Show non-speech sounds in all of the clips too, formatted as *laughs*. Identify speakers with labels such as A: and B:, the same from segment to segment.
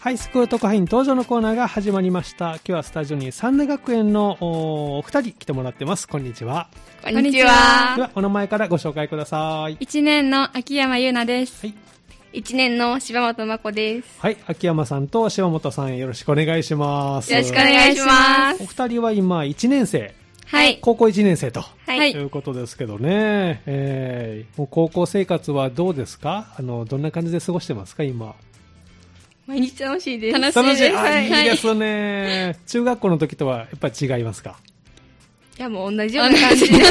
A: ハイスクール特派員登場のコーナーが始まりました。今日はスタジオに三田学園のおお二人来てもらってます。こんにちは。
B: こ
C: んにちは
A: では、お名前からご紹介ください。
B: 1年の秋山優奈です。
A: はい。
C: 一年の柴本真子です。
A: はい。秋山さんと柴本さんよろしくお願いします。
C: よろしくお願いします
A: お。二人は今1年生、
C: はい。
A: 高校1年生と。
C: はい。
A: ということですけどね、えー、もう高校生活はどうですかあの、どんな感じで過ごしてますか今。
C: 毎日楽しいです。
B: 楽しいです
A: あ
B: はい
A: いいですね、中学校の時とはやっぱり違いますか
C: いや、もう同じような感じで。
A: 中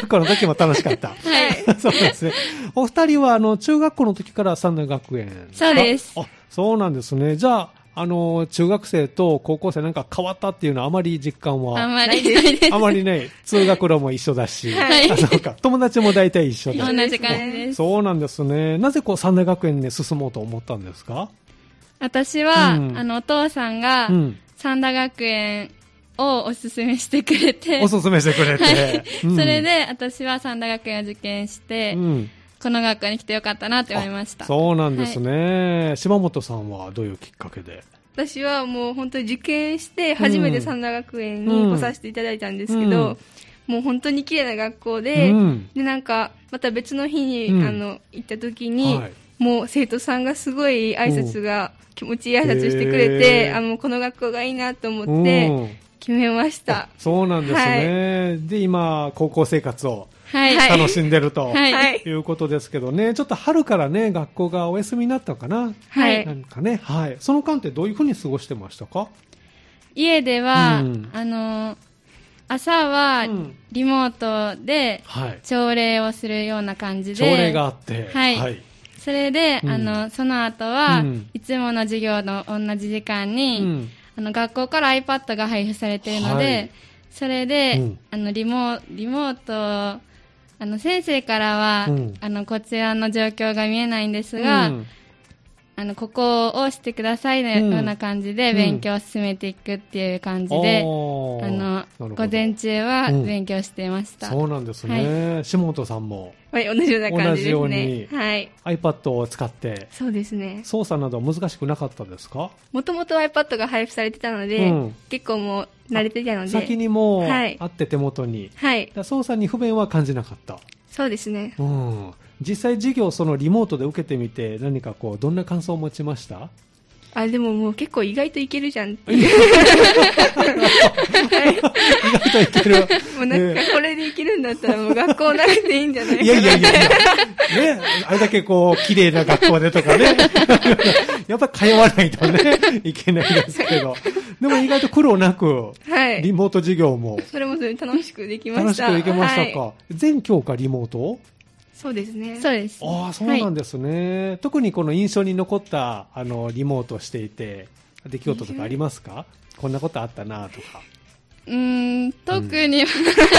A: 学校の時も楽しかった。
C: はい。
A: *laughs* そうですね。お二人は、あの、中学校の時から三大学園ですか
B: そうです
A: あ、そうなんですね。じゃあ、あの、中学生と高校生なんか変わったっていうのはあまり実感は。
B: あんまりないです。
A: あまりね、通学路も一緒だし、
B: *laughs* はい
A: あそうか友達も大体一緒だ
B: 同
A: し
B: じ感じです。
A: そうなんですね。なぜこう三大学園で進もうと思ったんですか
B: 私は、
A: うん
B: あの、お父さんが、
A: うん。
B: 三田学園をおすすめしてくれて、
A: おすすめしてくれて。うん
B: それ、で私は三田学園を受験して、
A: うん。
B: この学校に来てよかったなって思いました。
A: あそうなんですね。島本さんはどういうきっかけで
C: 私はもう本当に受験して、初めて三田学園に来させていただいたんですけ
A: うんう
C: ど
A: ん、
C: もう本当に綺麗な学校で
A: うん、
C: で、なんか、また別の日に、
A: うん
C: あの、行った時に
A: はい、
C: もう生徒さんがすごい挨拶が、気持ちいい挨拶してく
A: へ
C: れて、
A: ー
C: あの、この学校がいいなと思
A: う
C: って、
A: ん
C: 決めました。
A: *laughs* そうなんですね。で、今、高校生活を
B: はい。
C: はい
A: 楽しんでると、
B: *laughs* はい
C: はい
A: い、うことですけどね、ちょっと春からね、学校がお休みになったのかな。
C: はい
A: なんかね、はい。その間ってどういうふうに過ごしてましたか
B: 家では、
A: うん
B: あの、朝は
A: うん
B: リモートで
A: はい。
B: 朝礼をするような感じで、
A: 朝礼があって、
B: はいそれで、
A: うん
B: あの、その後は、
A: うん
B: いつもの授業の同じ時間
A: う
B: に、
A: ん。
B: あの学校から iPad が配布されているので、
A: はい
B: それで、
A: うん
B: あのリモリモートあの先生からは、
A: うん
B: あのこちらの状況が見えないんですが、
A: うん
B: あのここをしてくださいのような感じで
A: うん
B: 勉強を進めていくっていう感じで、
A: おーな
B: あ
A: る
B: の
A: ほど
B: 午前中は
A: うん
B: 勉強していました、
A: そうなんですね。下本さんも
C: はい、同じような感じで
A: 同
C: す
A: じよ
C: ね。
A: う
C: はい。
A: iPad を使って
C: そうですね。
A: 操作などは難しくなかったですか
C: もともと iPad が配布されてたので、
A: うん
C: 結構もう慣れていたので。
A: 先にもう
C: はい
A: あって手元に。
C: はい
A: だか。ら操作に不便は感じなかった。
C: そうですね。
A: うん。実際授業そのリモートで受けてみて何かこうどんな感想を持ちま
C: *laughs*
A: した
C: あ、でももう結構意外といけるじゃんってい
A: 意
C: う。
A: 外といける。
C: もうなんか
A: ね
C: これでいけるんだったらもう学校なくていいんじゃない
A: いやいやいやいや。ね、あれだけこう、綺麗な学校でとかね。 *laughs* やっぱ通わないとね、
C: *laughs*
A: いけないですけど。でも意外と苦労なく、
C: はい
A: リ。モート授業も
C: それもそれ楽しくできま
A: 楽
C: し。
A: したくいけましたか。
C: はい
A: 全教科リモート
C: そうですね。
B: そうです
A: ああ、そうなん
B: で
A: ですね、特にこの印象に残った、あの、リモートしていて、出来事とかありますかこんなことあったなとか。
B: す、うーん特には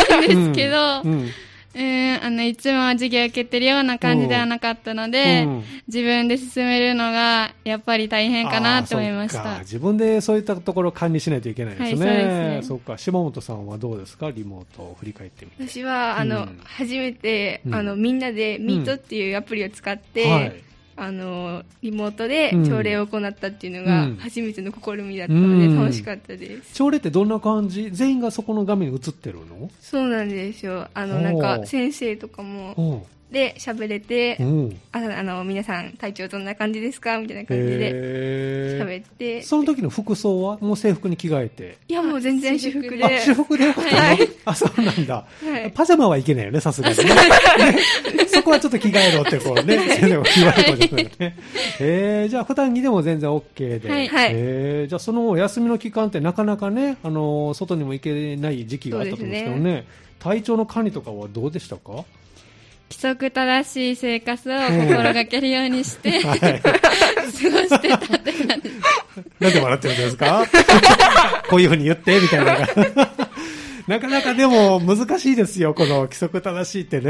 B: ないんですけど、
A: うんうん
B: うーんあのいつも授業受けてるような感じではなかったので、
A: うん
B: 自分で進めるのがやっぱり大変かなと思いまし
A: あーそっか
B: た
A: 自分でそういったところを管理しないといけないですね。
B: はいそうですね
A: そっか。島本さんはどうですかリモートを振り返ってみて。
C: 私は、あの、
A: うん
C: 初めて、
A: うん
C: あの、みんなで Meet っていうアプリを使って、
A: はい、
C: あの、リモートで
A: うん
C: 朝礼を行ったっていうの
A: う
C: が
A: ん、
C: 初めての試みだったので、
A: うん
C: 楽しかったです。
A: 朝礼ってどんな感じ全員がそこの画面に映ってるの
C: そうなんですよ。あ
A: お
C: の、
A: ー
C: なんか、先生とかも、で、喋れて
A: う、ん。うん。
C: ああの、皆さん、体調どんな感じですかみたいな感じで、
A: へー
C: 喋って。
A: その時の服装はもう制服に着替えて。
C: いや、もう全然私服で。
A: あ、私服でよかったの、
C: はい
A: あ、そうなんだ。
C: はい
A: パジャマはいけないよね、さすがにね。ねそこはちょっと着替えろってこうね、先生が言われることですよね。えー、じゃあ普段着でも全然 OK で。
B: はい
C: はい
A: えー、じゃあそのお休みの期間ってなかなかね、あのー外にも行けない時期があったと思うんですけど
C: そう
A: ね。体調の管理とかはどうでしたかは
B: 規則正しい生活を心がけるようにし
A: *laughs*
B: て過
A: い。
B: ごしてたって感じ
A: なんで笑ってるんですかこういうふうに言って、みたいな。 *laughs* なかなかでも難しいですよ、この規則正しいってね。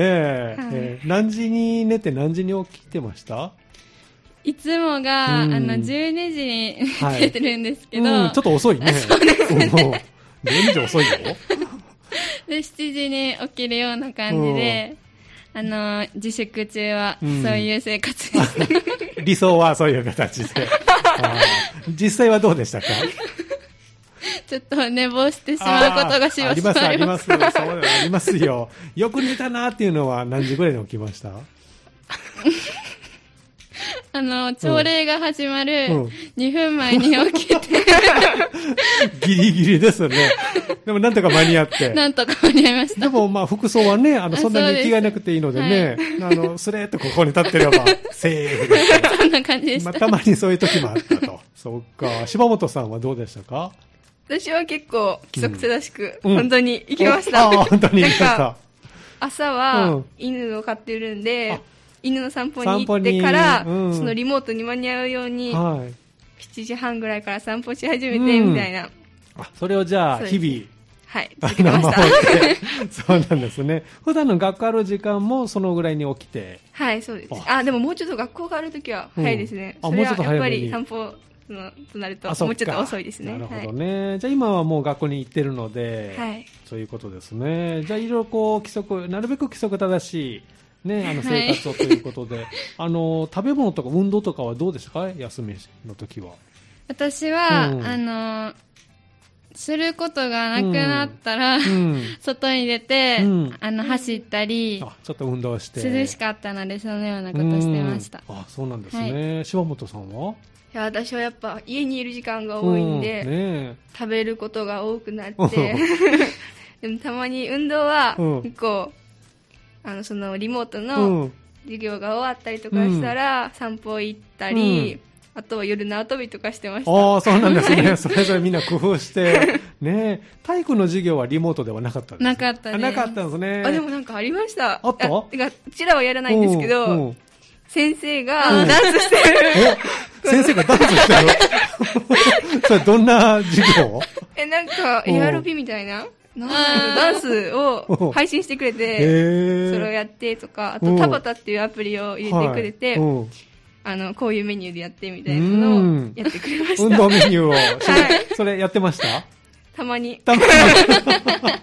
A: えー何時に寝て何時に起きてました
B: いつもが、
A: うん
B: あの12時に *laughs*
A: はい
B: 寝てるんですけど、
A: うん、ちょっと遅
B: *laughs*
A: いね。そうですね。全然遅いよ。
B: で7時に起きるような感じで、あの、自粛中は、
A: うん
B: そういう生活でした。
A: 理想はそういう形で。あー実際はどうでしたか
B: ちょっと寝坊してしまうことがしばしば
A: あーあり
B: ま。
A: ますす、あります。そうよありますよ。よく寝たなっていうのは何時ぐらいに起きました
B: あの、朝礼が始まる
A: うん
B: 2分前に起き
A: *laughs*
B: て、
A: ギリギリですね。でもなんとか間に合って。
B: なんとか間に合いまし
A: で
B: た。
A: もまあ服装はね、あの、
B: あ
A: そんな
B: そう
A: に
B: です
A: 着替えなくていいのでね、あの、スレーっとここに立って
B: *laughs*
A: れば、セーフですよ
B: そんな感じでし
A: まあ、
B: た。
A: たまにそういう時もあったと。そっか。柴本さんはどうでしたか
C: 私は結構規則正しく、
A: うん
C: 本当に行きました。
A: あー本当に行き
C: なん
A: まし
C: か
A: た、。
C: 朝
A: う
C: は
A: ん
C: 犬を飼ってるん
A: あ
C: で、犬の散歩
A: 散
C: に
A: 歩
C: 行っ
A: に
C: てから、
A: うん
C: そのリモートに間に合うように、
A: はい。
C: 7時半ぐらいから散歩し始めて、みたいな。
A: あ、それをじゃあ、
C: そうです
A: 日
C: はい、
A: 々、
C: 続けてました。
A: って。 *laughs* そうなんですね。普段の学校ある時間もそのぐらいに起きて。
C: はい、そうです。
A: あ
C: あ、でももうちょっと学校があるときは早いですね。
A: うんあ
C: それは
A: もうちょっと
C: やっぱ
A: 早めに
C: り散歩そのとなると、
A: あそ
C: も
A: っ
C: うちょっ
A: か
C: と遅いですね。
A: なるほど
C: は
A: ね。じゃあ今はもう学校に行ってるので、
C: い。はい。
A: ということですね。じゃあ、いろいろこう、規則、なるべく規則正しい、ね、あの、
B: はい
A: 生活をということ
C: *laughs*
A: で、あの、食べ物とか運動とかはどうですか休みの時は。
B: 私は、
A: うん
B: あの、することがなくなったら、
A: うん。
B: 外に出て、
A: うん
B: あの、走ったり、
A: あ、ちょっと運動して。
B: 涼し
A: っ
B: かったので、そのようなことしてました。。
A: あ、そうなんですね。柴本さんはい
C: や、私はやっぱ家にいる時間が多いんで、
A: うね
C: 食べることが多くなっ
A: うん
C: て、 *laughs* でもたまに運動は
A: うん
C: 結構、あの、そのリモート
A: え
C: の
A: ん。
C: 授業が終わったりとかしたら、散歩行った
A: うん
C: り、あとは夜縄跳びとかしてました。
A: ああ、そうなんですね。 *laughs* それぞれみんな工夫
C: *laughs*
A: して。ねえ体育の授業はリモートではなかったんですね
B: なかったです
A: あなかったんですね。
C: あ、でもなんかありました。
A: あった
C: てか、うちらはやらないんですけど、
A: うんうん
C: 先生
A: う
C: が
A: ん
C: ダンスしてる。 *laughs*
A: お先生がダンス
C: *laughs*
A: してるそれどんな授業
C: え、なんか、
A: うん
C: エアロビみたいな、なんかダンス
A: うん
C: を配信してくれて、それを
A: へ
C: やってとか、あ
A: う
C: と
A: ん
C: タバタっていうアプリを
A: え
C: 入れてくれて、
A: はい
C: *laughs*
A: うん
C: あの、こういうメニューでやってみたいなのをやってくれまし
A: 運
C: た。
A: 動メニューを、それ
C: はい
A: それやってました
C: たまに。
A: たまに *laughs*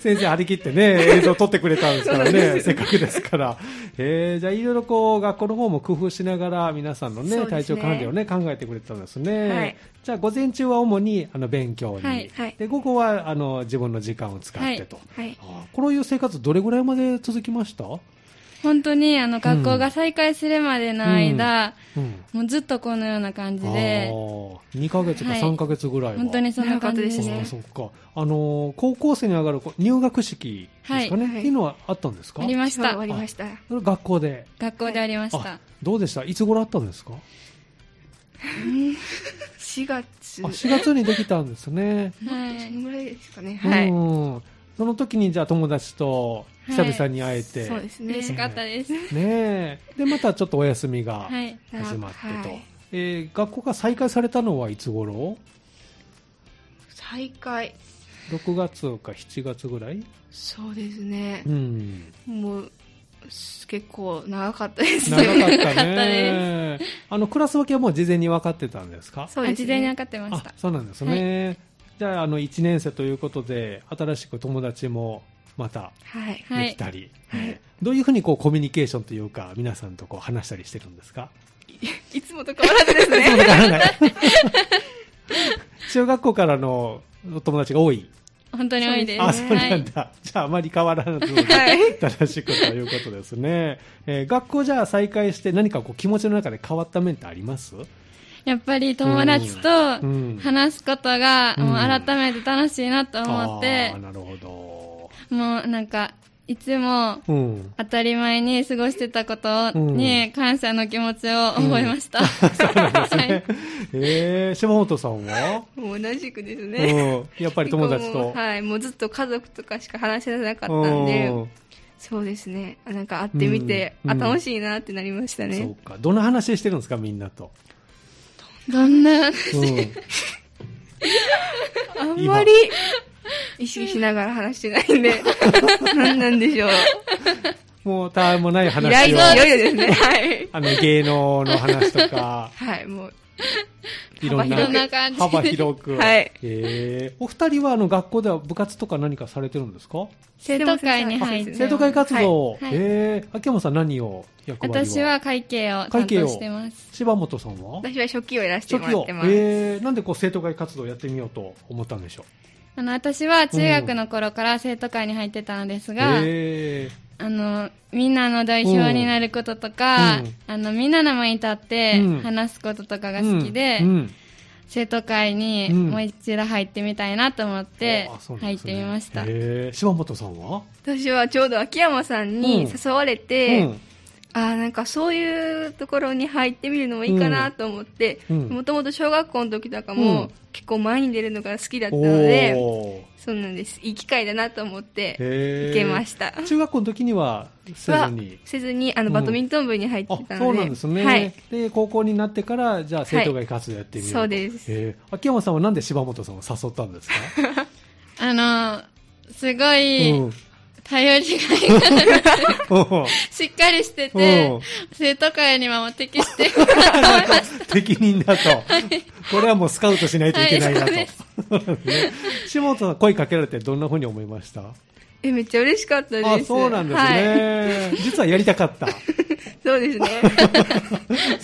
A: 先生張り切ってね、映像撮ってくれたんですからね、せっかくですから。えー、じゃあいろいろこう、学校の方も工夫しながら、皆さんのね、
C: そうですね
A: 体調管理をね、考えてくれたんですね。
C: はい
A: じゃあ午前中は主に、あの、勉強に。
B: はい
C: はい
A: で、午後は、あの、自分の時間を使ってと。
C: はい。
A: あーこういう生活、どれぐらいまで続きました
B: 本当に、あの、学校が再開するまでの間、
A: うん。
B: もうずっとこのような感じ
A: あ
B: で、
A: ー2ヶ月か
B: はい
A: 3ヶ月ぐらいは。
B: 本当にそんな感じで
A: そ
B: し
A: う
B: た。
A: かそうか。あのー高校生に上がるこう入学式ですかね、
C: はいはい
A: っていうのはあったんですか
B: ありまし
C: 今日は終
B: た
C: わ。りました。
A: それ学校で。
B: 学校でありまし
A: あ
B: た。、
A: どうでしたいつ頃あったんですか
C: 4月
A: あ、、4月にできたんですね。
B: はい
C: そ。のぐらいですかね。はい。
A: うん。その時にじゃあ友達と久々に会えて、
C: そうです
B: 嬉し
C: ね。
B: かったです。
A: ねえ。で、またちょっとお休みが
B: はい。
A: 始まってと。
C: はい
A: えー学校が再開されたのはいつ頃
C: 再開。
A: 6月か7月ぐらい
C: そうですね
A: う。ん。
C: もう、す結構長かったです。
A: 長かっ
B: 長か
A: た
B: った
A: ね
B: で。
A: あの、クラス分けはもう事前に分かってたんですか
C: そうですね
B: あ事前に分かってまし
A: あ
B: た。
A: そうなんですね、じゃああの1年生ということで新しく友達もまた
C: はい。
B: は
A: でき
B: い。
A: たり、
C: はい
A: どういうふうにこうコミュニケーションというか皆さんとこう話したりしてるんですか *laughs*
C: いつもと変わらずですね。 *laughs*
A: わからない中学校からのお友達が多い、
B: 本当に多いです。
A: あそう
B: は
A: なん
B: い。
A: だ、じゃああまり変わらず
C: はい
A: 正しくということですね、えー学校じゃあ再開して何かこう気持ちの中で変わった面ってあります
B: やっぱり友達と
A: うん
B: 話すことが、
A: うん
B: もう改めて楽しいなと思って
A: あー、なるほ
B: もうなんか、いつも
A: ど、うん、
B: 当たり前に過ごしてたこと
A: う
B: に感謝の気持ちを覚えまし
A: *laughs*
B: た。
A: そうなんですね。
B: はい
A: *laughs* えー、島本さんは、
C: もう同じくですね。
A: うん、やっぱり友達
C: 結構も
A: と
C: う。はい、もうずっと家族とかしか話せなかったんで、
A: うん
C: そうですね。あなんか会ってみて、
A: うん
C: あ、
A: うん
C: 楽しいなってなりました
A: そ
C: ね
A: う。か。どんな話してるんですか、みんな
B: *laughs*
A: と。
B: どんな、
A: うん、
C: あんまり意識しながら話してない
A: *laughs*
C: んで、なんなんでしょう。
A: もう、たわいもない
C: 依頼
A: 話
C: い
A: を。
C: ろいろですね。はい。。
A: あの、芸能の話とか
C: はい、もう
A: いろんな
B: 幅広くそんな感じ
A: 幅広
B: *laughs*
A: く。
C: はい
A: えーお二人はあの学校では部活とか何かされてるんですか
B: 生徒会に入っ
C: あ
B: て。
A: 生徒会活動。
B: はい
A: えー、秋山さん何を役割を
B: 私は会計を担当してます。
A: 柴本さんは
C: 私は初期をやらせて
A: 初
C: も
A: 期
C: ら
A: を
C: っ、てます。
A: えー、なんでこう生徒会活動をやってみようと思ったんでしょう
B: あの、私は中学の頃から生徒会に入ってたのですが、
A: え
B: あの、みんなの代表になることとか、
A: うん
B: あの、みんなの前に立って
A: うん
B: 話すこととかが
A: ー
B: 好きで、
A: うんうん
B: 生徒会に
A: うん
B: もう一度入ってみたいなと思って
A: あそうなん
B: 入
A: で
B: っ
A: すね
B: てみました。
A: えー、柴本さんは
C: 私はちょうど秋山さんに誘われて、
A: うん
C: ああ、なんかそういうところに入ってみるのもいいかなと思って、
A: うん
C: もともと小学校の時とか
A: う
C: も
A: ん
C: 結構前に出るのが好きだった
A: お
C: ので、
A: ー
C: そうなんです。いい機会だなと思って、
A: え
C: 行
A: ー
C: けました。は、
A: 中学校の時にはせずに。
C: せずに、あ
A: う
C: の、
A: ん
C: バドミントン部に入って
A: あ
C: たので。
A: そうなんですね、
C: はい。
A: で高校になってからじゃあ生徒会活動やってみようと、
C: はいそうです
A: えー秋山さんはなんで柴本さんを誘ったんですか、
B: あの、すご
A: う
B: い、
A: ん
B: 頼りがいが *laughs*
C: *laughs*
B: しっかりして
A: うん
B: て、生徒会には適して
A: 適任だと、これはもうスカウトしないといけないな *laughs* と、
B: はい
A: ね柴本さん声かけられてどんなふうに思いました
C: え、めっちゃ嬉しかったです。
A: あそうなんです
C: はい。
A: ね、実はやりたかった *laughs*
C: そうですね。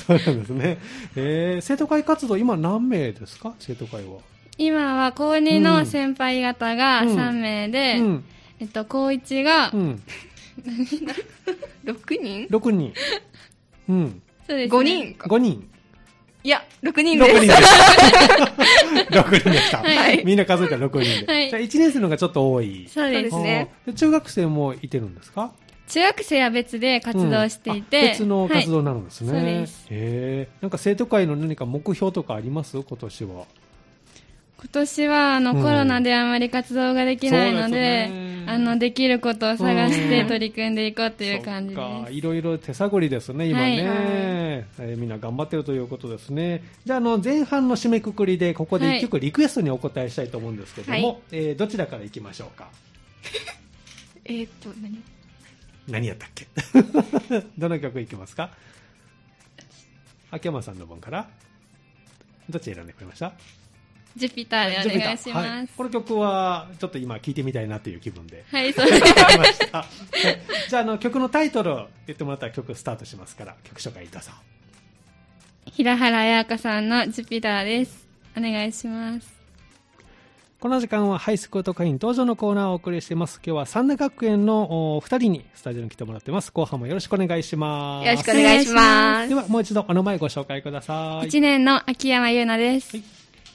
A: そうなんですね、えー生徒会活動今何名ですか生徒会は、
B: 今は高2の先輩方が
A: うん
B: 3名で、
A: うん
B: えっと、高1が、
A: うん、
C: 6人
A: 6人、うん、
B: そうですね
C: ?5 人か。
A: 5人
C: いや、6人
A: 六
C: で
A: 人
C: す。
A: で
B: *laughs*
A: した。6人でした。
B: はい
A: みんな数えたら6人で。
B: はい
A: じゃあ1年生の方がちょっと多い。
B: そうで
C: そ
B: す
C: う。ね
A: あーで中学生もいてるんですか
B: 中学生は別で活動していて、
A: うんあ別の活
B: はい
A: 動になるんですね。
B: はいそうです
A: へーなんか生徒会の何か目標とかあります今年は。
B: 今年はあの、
A: うん
B: コロナであまり活動ができないの
A: そう
B: で
A: ですね
B: あのできることを探して
A: うん
B: 取り組んでいこうという感じで
A: そっか
B: す、
A: いろいろ手探りですね、今ね。
B: はい
A: えーみんな頑張ってるということですね。じゃあ、あの、前半の締めくくりで、ここで一曲リクエストにお答えしたいと思うんですけども、
C: は
A: えーどちらからいきましょうか
C: えーっと、何
A: 何やったっけ *laughs* どの曲いきますか秋山さんの番からどっち選んでくれました
B: ジュピターでお願いし
A: はい
B: ます
A: この曲はちょっと今聴いてみたいなという気分で
B: は
A: *laughs*
B: い、そうです
A: わかりましたはいじゃああの曲のタイトルを言ってもらったら曲スタートしますから曲紹介どうぞ
B: 平原綾香さんのジュピターですお願いします
A: この時間はハイスクート会員登場のコーナーをお送りしています今日は三田学園のお二人にスタジオに来てもらってます後半もよろしくお願いします
C: よろしくお願いしま。
A: ですはもう一度お名前ご紹介ください
B: 1年の秋山優奈です、
A: はい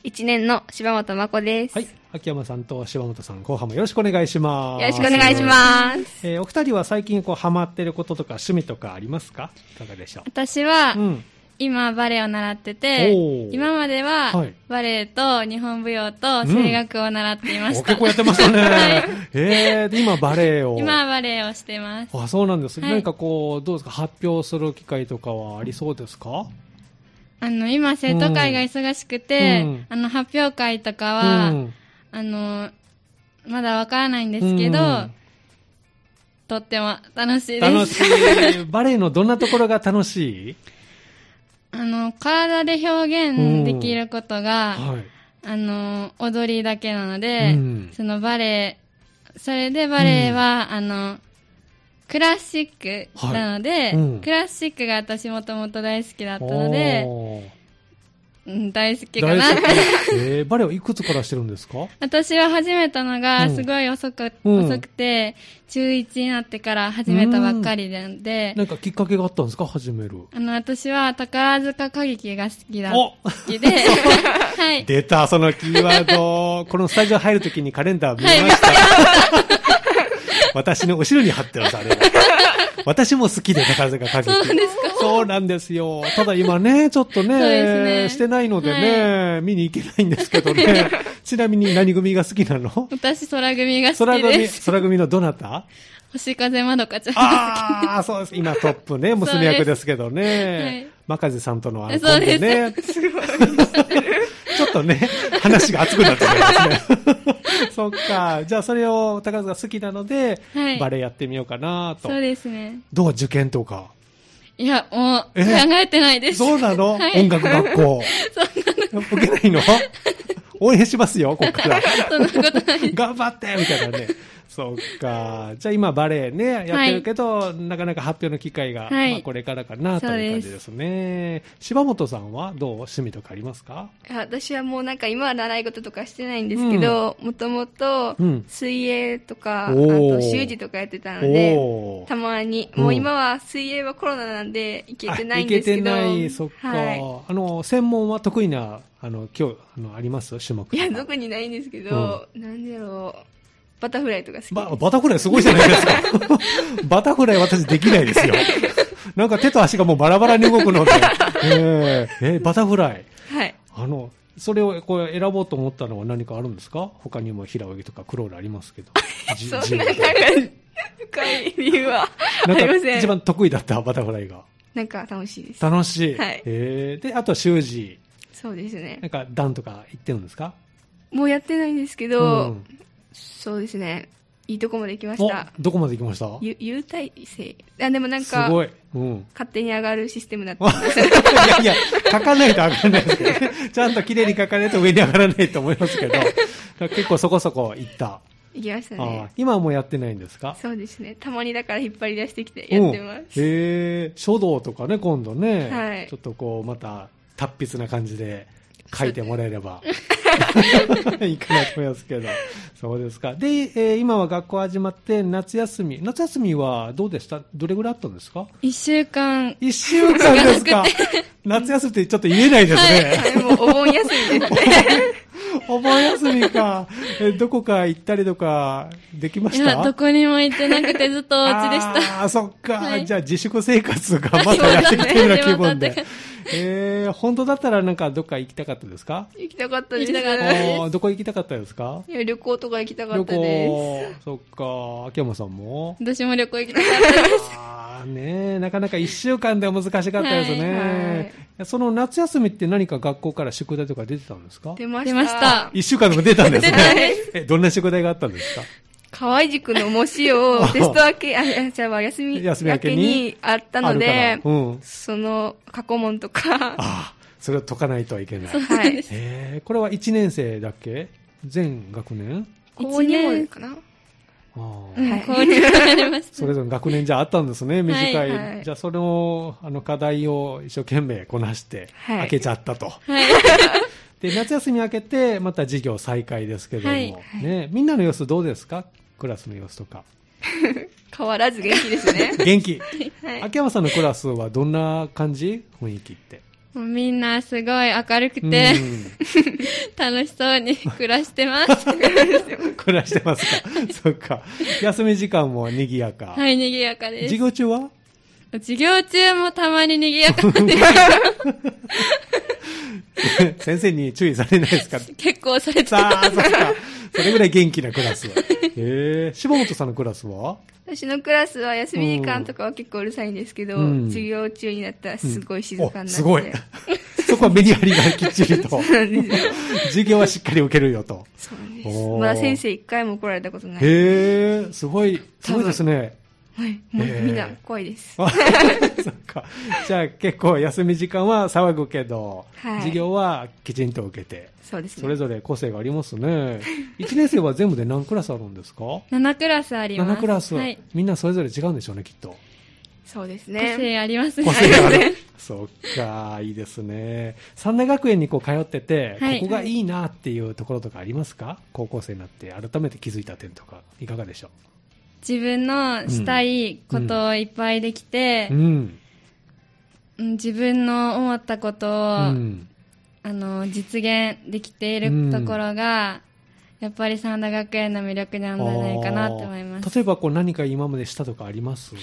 C: 1年の柴本真子です。
A: はい、秋山さんと柴本さん、後半もよろしくお願いします。
C: よろしくお願いします。
A: す。えーお二人は最近こうハマってることとか趣味とかありますか？いかがでしょ
B: 私は、
A: う。うん、
B: 今バレエを習ってて
A: おー
B: 今までは、
A: はい
B: バレエと日本舞踊と声楽を習っていまし
A: お
B: た、
A: 結構やってましたね。えーで今バレエを。
B: 今はバレエをしてます
A: あ、そうなんです。
B: はい
A: 何かこうどうですか発表する機会とかはありそうですか？
B: あの今生徒会が忙しくて、
A: うん
B: あの発表会とかは、
A: うん
B: あのまだわからないんですけど、
A: うん
B: とっても楽しいで
A: 楽
B: す
A: しい。バレエのどんなところが楽しい？
B: あの体で表現できることが、
A: はい。
B: あの踊りだけなので、
A: うん
B: そのバレエそれでバレエは、あのクラシックなので、
A: いうん
B: クラシックが私もともと大好きだったので、
A: おー
B: うん、大好きか
A: 大
B: な
A: 好き。えーバレエをいくつからしてるんですか？
B: *laughs* 私は始めたの
A: う
B: が
A: ん
B: すごい遅く,、
A: うん
B: 遅くて中1になってから始めたばっかりなんで、
A: なんかきっかけがあったんですか始める。
B: あの私は宝塚歌劇が好きだ好
A: お
B: き
A: *laughs*
B: ではい
A: 出た、そのキーワード。このスタジオ入るときにカレンダー見ました。私の後ろに貼ってます、あれは。私も好きで、宝塚歌劇。そうですか。そうなんですよ。ただ今ね、ちょっと
B: そうです
A: ね、
B: ね
A: してないのでね、見に行けないんですけどね。ちなみに何組 *laughs* が好きなの
B: 私空組が好
A: 空
B: き
A: 組、
B: です
A: 空組のどなた
B: 星風まどかちゃん
A: ああ、そうです。今トップね、娘役ですけどね。マカゼさんとのあ
B: *laughs*
A: のコンビね。すごい。ちょっとね、
B: *laughs*
A: 話が熱くなってきますね。そ *laughs* っか。じゃあそれを高津が好きなので、
B: はい
A: バレエやってみようかなと
B: そう。ですね。
A: どう受験とか。
B: いや、もう、考
A: え
B: えてないです。
A: そうなの、
B: はい
A: 音楽
B: *laughs*
A: 学校。受けないの応援しますよ、ここから。
B: そんなことない。
A: 頑張ってみたいなね。そっか。じゃあ今バレエね、やってるけど、なかなか発表の機会が、
B: はい
A: まあこれからかなという感じですね。柴本さんはどう趣味とかありますか
C: いや私はもうなんか今は習い事とかしてないんですけど、もともと
A: うん
C: 水泳とか、
A: おー
C: あと習字とかやってたので、
A: お
C: た
A: ー。
C: まに、
A: うん
C: もう今は水泳はコロナなんで行けてないん
A: あい
C: で
A: け
C: すけ
A: て
C: ど。
A: ない、そっか。
C: はい
A: あの、専門は得意な、あの、今日、あの、あります種目と
C: い
A: か。
C: や、特にないんですけど、なんでやろう。バタフライとか好きです。
A: ばバタフライすごいじゃないですか。 *laughs* バタフライ私できないですよ。 *laughs* なんか手と足がもうバラバラに動く
C: *laughs*
A: ので。えーえバタフライ。
C: はい。
A: あの、それをこう選ぼうと思ったのは何かあるんですか他にも平泳ぎとかクロールありますけ
C: *laughs*
A: ど。じ
C: そん
A: 自
C: な、
A: 由
C: なん
A: 形
C: か、深い理由はあ
A: なんか
C: りませ
A: 一
C: ん。
A: 番得意だったバタフライが。
C: なんか楽しいです。
A: 楽しい。
C: はい
A: えーで、あとは習字。
C: そうですね
A: な。んか段とか行ってるんですか
C: もうやってないんですけ
A: う
C: ど、
A: ん
C: そうですね。いいとこまで行きまし
A: お
C: た。
A: どこまで行きました
C: ゆ優待生。あ、でもなん
A: す
C: か、
A: ごい。
C: *laughs*
A: うん。
C: 勝手に上がるシステムだった。
A: いやいや、書かないと上がらないですけどね。ちゃんと綺麗に書かないと上に上がらないと思いますけど。だから結構そこそこ行った。
C: 行きました
A: ああ
C: ね。
A: 今はもうやってないんですか
C: そうですね。たまにだから引っ張り出してきてやってま
A: うん
C: す。
A: へえ書道とかね、今度ね。
C: はい
A: ちょっとこう、また、達筆な感じで書いてもらえれ
C: *laughs*
A: ば。いいかなと思いますけど。そうですか。で、えー今は学校始まって、夏休み。夏休みはどうでしたどれぐらいあったんですか
B: 一週間、
A: 一週間ですか。夏休みってちょっと言えないですね。
C: はい、もうお盆休みですね。
A: *laughs* お盆休みか。えどこか行ったりとか、できま
B: い
A: した
B: や、どこにも行ってなくてずっとお家でした。
A: ああ、そっか、
B: はい
A: じゃあ自粛生活がまたやってきてるような気分
B: 始まった
A: で。えー、本当だったらなんかどっか行きたかったですか
C: 行きたかったです。
B: 行きたかったです
A: あーどこ行きたかったですか
C: いや旅行とか行きたか
A: 旅
C: ったで
A: 行。そっか、秋山さんも
B: 私も旅行行きたかったです。
A: ああ、ねえなかなか一週間では難しかったです
C: はいは
A: ね。その夏休みって何か学校から宿題とか出てたんですか
C: す。出ました。
B: 出ました。
A: 一週間でも出たんです
C: 出たん
A: ね
C: で。
A: え、どんな宿題があったんですか
C: 河合塾の模
A: *laughs*
C: 試をテスト明け、あ、あじゃあ休み
A: 休み明
C: 明
A: け
C: け
A: に
C: にあったの
A: あ
C: で
A: るか、らうん。
C: その過去問とか、
A: ああ、それを解かないとはいけない。へ
C: はい。
A: え、これは1年生だっけ全学年
C: 高二問かな
A: ああ、
B: うん
C: はい
B: 交流がありました。
A: それぞれ学年じゃあったんですね、短い。
C: はい
A: じゃあ、それを、あの、課題を一生懸命こなして、
C: はい
A: 開けちゃったと。
B: はい。
A: で、夏休み明けて、また授業再開ですけども、
B: はい
A: ね、みんなの様子どうですかクラスの様子とか。。
C: 変わらず元気ですね
A: *laughs* 元気。
C: *laughs* はい。
A: 秋山さんのクラスはどんな感じ雰囲気って。
B: もうみんなすごい明るくて、
A: うん
B: 楽しそうに暮らしてます。
A: *laughs* 暮らしてます
C: *laughs*
A: か。そっか。休み時間も賑やか。
B: はい、賑やかです
A: 授。業中は *laughs*
B: 授業中もたまに賑やかで、
A: *laughs* 先生に注意されないですか *laughs*
B: 結構されて
A: さ
B: た。
A: あ、そっか。それぐらい元気なクラス。
C: *laughs*
A: へえ。柴本さんのクラスは
C: 私のクラスは休み時間とかは結構うるさいんですけど、
A: うん
C: 授業中になったらすごい静かになっ
A: お
C: て。
A: すごい。 *laughs* そこはメディアリがきっちりと。
C: *laughs* そうなんですよ。
A: 授業はしっかり受けるよと。
C: そうなんです。
A: おー
C: まだ先生一回も怒られたことない。
A: へえ、すごい、すごいですね。
C: はい。もう
A: へー
C: みんな怖いです。
A: あ *laughs* そっか。じゃあ結構休み時間は騒ぐけど、
C: はい
A: 授業はきちんと受けて。
C: そうですね。
A: それぞれ個性がありますね。1年生は全部で何クラスあるんですか
B: 7クラスあります。
A: 7クラス、
B: はい。
A: みんなそれぞれ違うんでしょうね、きっと。
C: そうです
B: 個
C: ね。
B: 性あります
A: 個性があ
B: ね。 *laughs*
A: る。そっか、いいですね。三大学園にこう通ってて、
B: はい
A: ここがいいなっていうところとかありますか高校生になって改めて気づいた点とか、いかがでしょ
B: 自分のしたいことをいっぱいできて、
A: ううん。
B: うん自分の思ったことを、
A: うん。
B: あの実現できているところが、やっぱり三田学園の魅力なんじゃないかなと思いま
A: あー
B: す
A: 例えばこう何か今までしたとかあります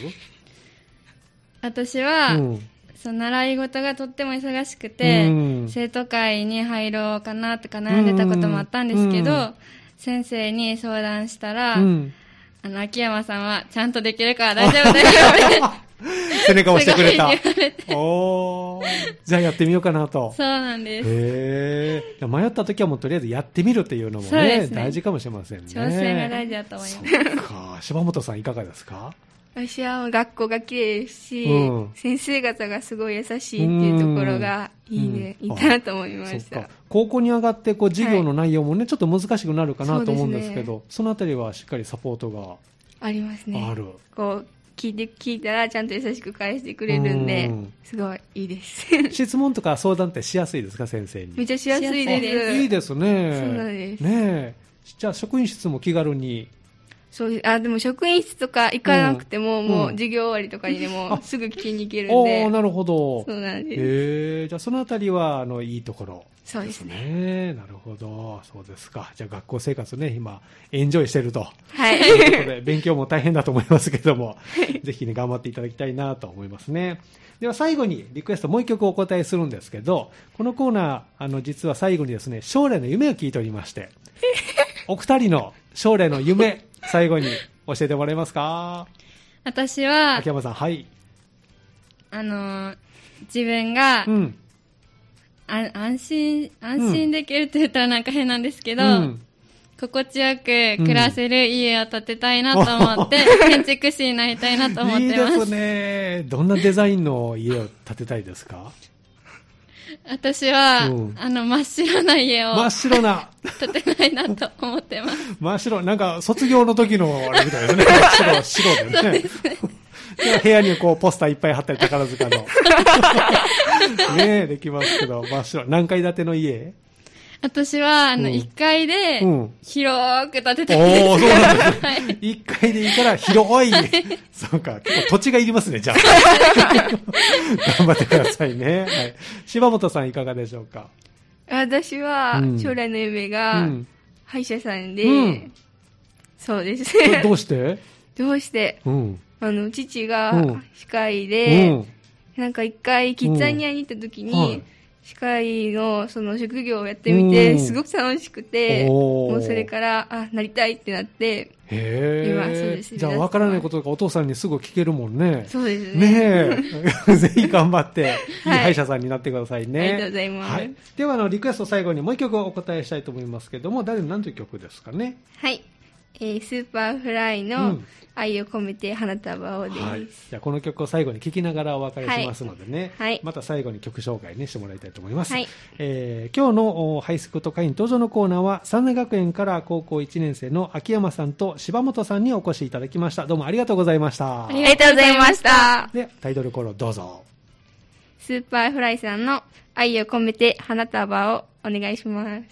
B: 私は、
A: うん。
B: その習い事がとっても忙しくて、
A: うん
B: 生徒会に入ろうかなとか悩んでたこともあったんですけど、
A: うん
B: 先生に相談したら、 *laughs*
A: うん。
B: あの秋山さんはちゃんとできるから大丈夫だ
A: *laughs*
B: よっ
A: 背中を押してくれた
B: *laughs* す。
A: おー。
B: *laughs*
A: じゃあやってみようかなと
B: て。そうなんです、
A: へえ。迷った時はもうとりあえずやってみるっていうのも
B: そう
A: ね、
B: ですね
A: 大事かもしれませんね。
B: 挑戦が大事だと思います
A: そっか。柴本さんいかがですか
C: 私は学校が綺麗ですし、
A: うん
C: 先生方がすごい優しいっていうところがいいね、
A: うん
C: いいなと思いま
A: そっ
C: した。
A: か高校に上がってこう授業の内容もね、ちょっと難しくなるかなと思うんですけ
C: そ
A: どそのあたりはしっかりサポートが
C: あります
A: あ
C: ね。
A: る、
C: こう、聞いて、聞いたらちゃんと優しく返してくれるんで
A: うん、
C: すごいいいです。 *laughs*
A: 質問とか相談ってしやすいですか先生
C: めっ
A: に
C: ちゃしやすいです。
A: いいですね
C: そうなんです
A: ねえじゃあ職員室も気軽に
C: そうですあ、でも職員室とか行かなくても、
A: うん
C: も
A: う
C: う
A: ん
C: 授業終わりとかにでも
A: あ
C: すぐ聞きに行けるん
A: お *laughs*
C: で
A: お、なるほど
C: そうなんで
A: へ
C: す。
A: えじゃあそのあたりはあのいいところ
C: そうで
A: ですす *laughs*
C: ね。
A: ねなるほどそうですかじゃあ学校生活ね今エンジョイしてると
C: はい。
A: という
B: *laughs*
A: ことで、勉強も大変だと思いますけども、ぜひね、頑張っていただきたいなと思いますね。では最後にリクエストもう一曲お答えするんですけど、このコーナー、あの、実は最後にですね、将来の夢を聞いておりま
B: *laughs*
A: して、お二人の将来の夢、最後に教えてもらえますか
B: 私は
A: 秋、山さん、はい。
B: あのー自分が、
A: うん。
B: あ安心、安心できるって言ったらなんか変なんですけど、
A: うん
B: 心地よく暮らせる家を建てたいなと思って、建築士になりたいなと思っ
A: いい
B: て
A: で
B: ます。
A: すね。どんなデザインの家を建てたいですか
B: 私は、
A: うん
B: あの、真っ白な家を
A: 真っ白な。
B: 建てないなと思ってます。
A: 真っ白、なんか卒業の時のあれみたいですね。真っ白、白でね。で部屋にこうポスターいっぱい貼ったり宝塚の。
C: *laughs*
A: ねえ、できますけど、真っ白。何階建ての家
B: 私は、あの、
A: うん
B: 1階で
A: うん、
B: 広く建て
A: お
B: たいです。
A: おそうなんです
B: *laughs* はい
A: ね。1階でいいから
C: *laughs*
A: 広い。そうか、結構土地がいりますね、じゃあ。頑張ってくださいね。はい。柴本さんいかがでしょうか
C: *laughs* 私は
A: うん、
C: 将来の夢
A: う
C: が、
A: ん。
C: 歯医者さんで、
A: うん
C: そうです
A: どど
C: ね。
A: うして
C: *laughs* どうして、
A: うん。
C: あの、父
A: う
C: が
A: ん
C: 歯科医
A: う
C: で、
A: ん。
C: なんか一回、キッザニアに行った時に、
A: うんはい
C: 歯科医のその職業をやってみて、
A: うん
C: すごく楽しくて、
A: おー
C: もうそれから、あ、なりたいってなって、今そう
A: へえ
C: で。す
A: じゃあ、わからないことがお父さんにすぐ聞けるもんね。
C: そうですね。
A: ねえ、
C: *laughs*
A: ぜひ頑張って、いい
C: はい
A: 歯医者さんになってくださいね。
C: ありがとうございます
A: はい、ではあの、リクエスト最後にもう一曲お答えしたいと思いますけども、誰の何という曲ですかね。
C: はい。えースーパーフライ
A: う
C: の
A: ん
C: 愛を込めて花束をです。
A: はい。じゃあ、この曲を最後に聴きながらお別れしますのでね、
C: はいはい
A: また最後に曲紹介ね、してもらいたいと思います。
C: はい
A: えー今日のおハイスクート会員登場のコーナーは、三名学園から高校1年生の秋山さんと柴本さんにお越しいただきました。どうもありがとうございました
B: あ。
C: ありがとうございました。
A: で、タイトルコールをどうぞ。
C: スーパーフライさんの愛を込めて花束をお願いします。